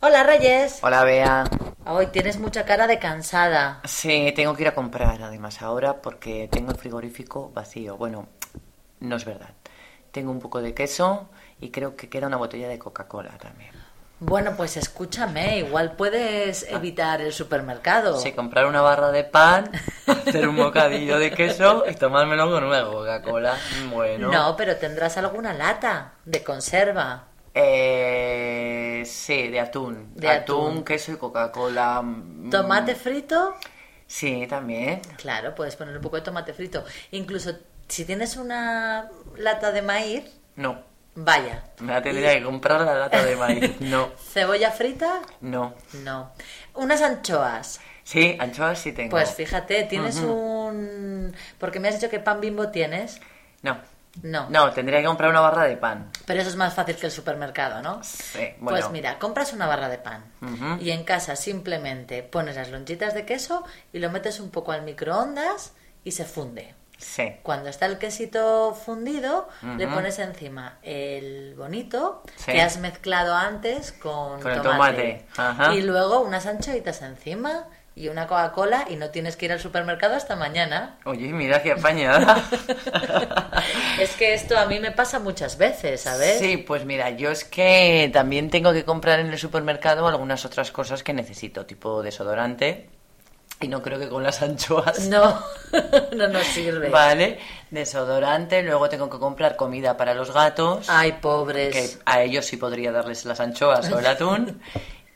Hola Reyes. Hola, Bea. Hoy tienes mucha cara de cansada. Sí, tengo que ir a comprar además ahora porque tengo el frigorífico vacío. Bueno, no es verdad. Tengo un poco de queso y creo que queda una botella de Coca-Cola también. Bueno, pues escúchame, igual puedes evitar el supermercado. Sí, comprar una barra de pan, hacer un bocadillo de queso y tomármelo con una Coca-Cola. Bueno. No, pero tendrás alguna lata de conserva. Eh, sí, de atún. De atún, atún. queso y Coca-Cola. mm, Tomate frito, Sí, también. claro, puedes poner un poco de tomate frito. Incluso si tienes una lata de maíz, No, vaya. me la tendría que comprar la lata de maíz. No, ¿Cebolla frita? no. No. Unas anchoas. Sí, anchoas sí tengo. Pues fíjate, tienes un... Porque me has dicho que pan bimbo tienes. No. No. No, tendría que comprar una barra de pan. Pero eso es más fácil que el supermercado, ¿no? Sí, bueno. Pues mira, compras una barra de pan y en casa simplemente pones las lonchitas de queso y lo metes un poco al microondas y se funde. Sí. Cuando está el quesito fundido, le pones encima el bonito Sí. que has mezclado antes con, Con el tomate, ajá. Y luego unas anchoitas encima y una Coca-Cola y no tienes que ir al supermercado hasta mañana. Oye, mira qué apañada. es que esto a mí me pasa muchas veces, ¿sabes? Sí, pues mira, yo es que también tengo que comprar en el supermercado algunas otras cosas que necesito, tipo desodorante. Y no creo que con las anchoas. No, no nos sirve. Vale, desodorante, luego tengo que comprar comida para los gatos, Ay, pobres. que a ellos sí podría darles las anchoas o el atún,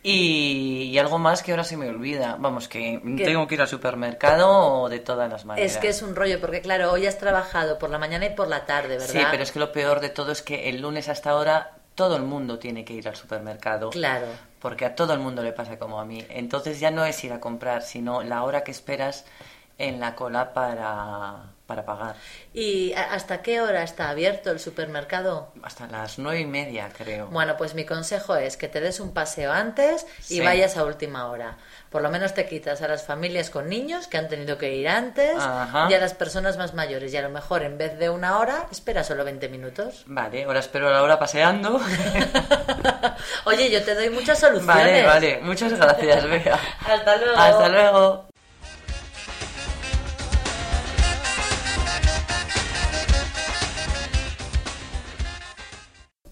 y, y algo más que ahora se me olvida. Vamos, que Que- tengo que ir al supermercado de todas las maneras. Es que es un rollo, porque claro, hoy has trabajado por la mañana y por la tarde, ¿verdad? Sí, pero es que lo peor de todo es que el lunes hasta ahora todo el mundo tiene que ir al supermercado. Claro. Porque a todo el mundo le pasa como a mí. Entonces ya no es ir a comprar, sino la hora que esperas en la cola para, para pagar. ¿Y a- hasta qué hora está abierto el supermercado? Hasta las nueve y media, creo. Bueno, pues mi consejo es que te des un paseo antes y Sí. vayas a última hora. Por lo menos te quitas a las familias con niños que han tenido que ir antes Ajá. y a las personas más mayores. Y a lo mejor en vez de una hora, espera solo 20 minutos. Vale, ahora espero la hora paseando. Oye, yo te doy muchas soluciones. vale, vale. Muchas gracias, Bea. Hasta luego. Hasta luego.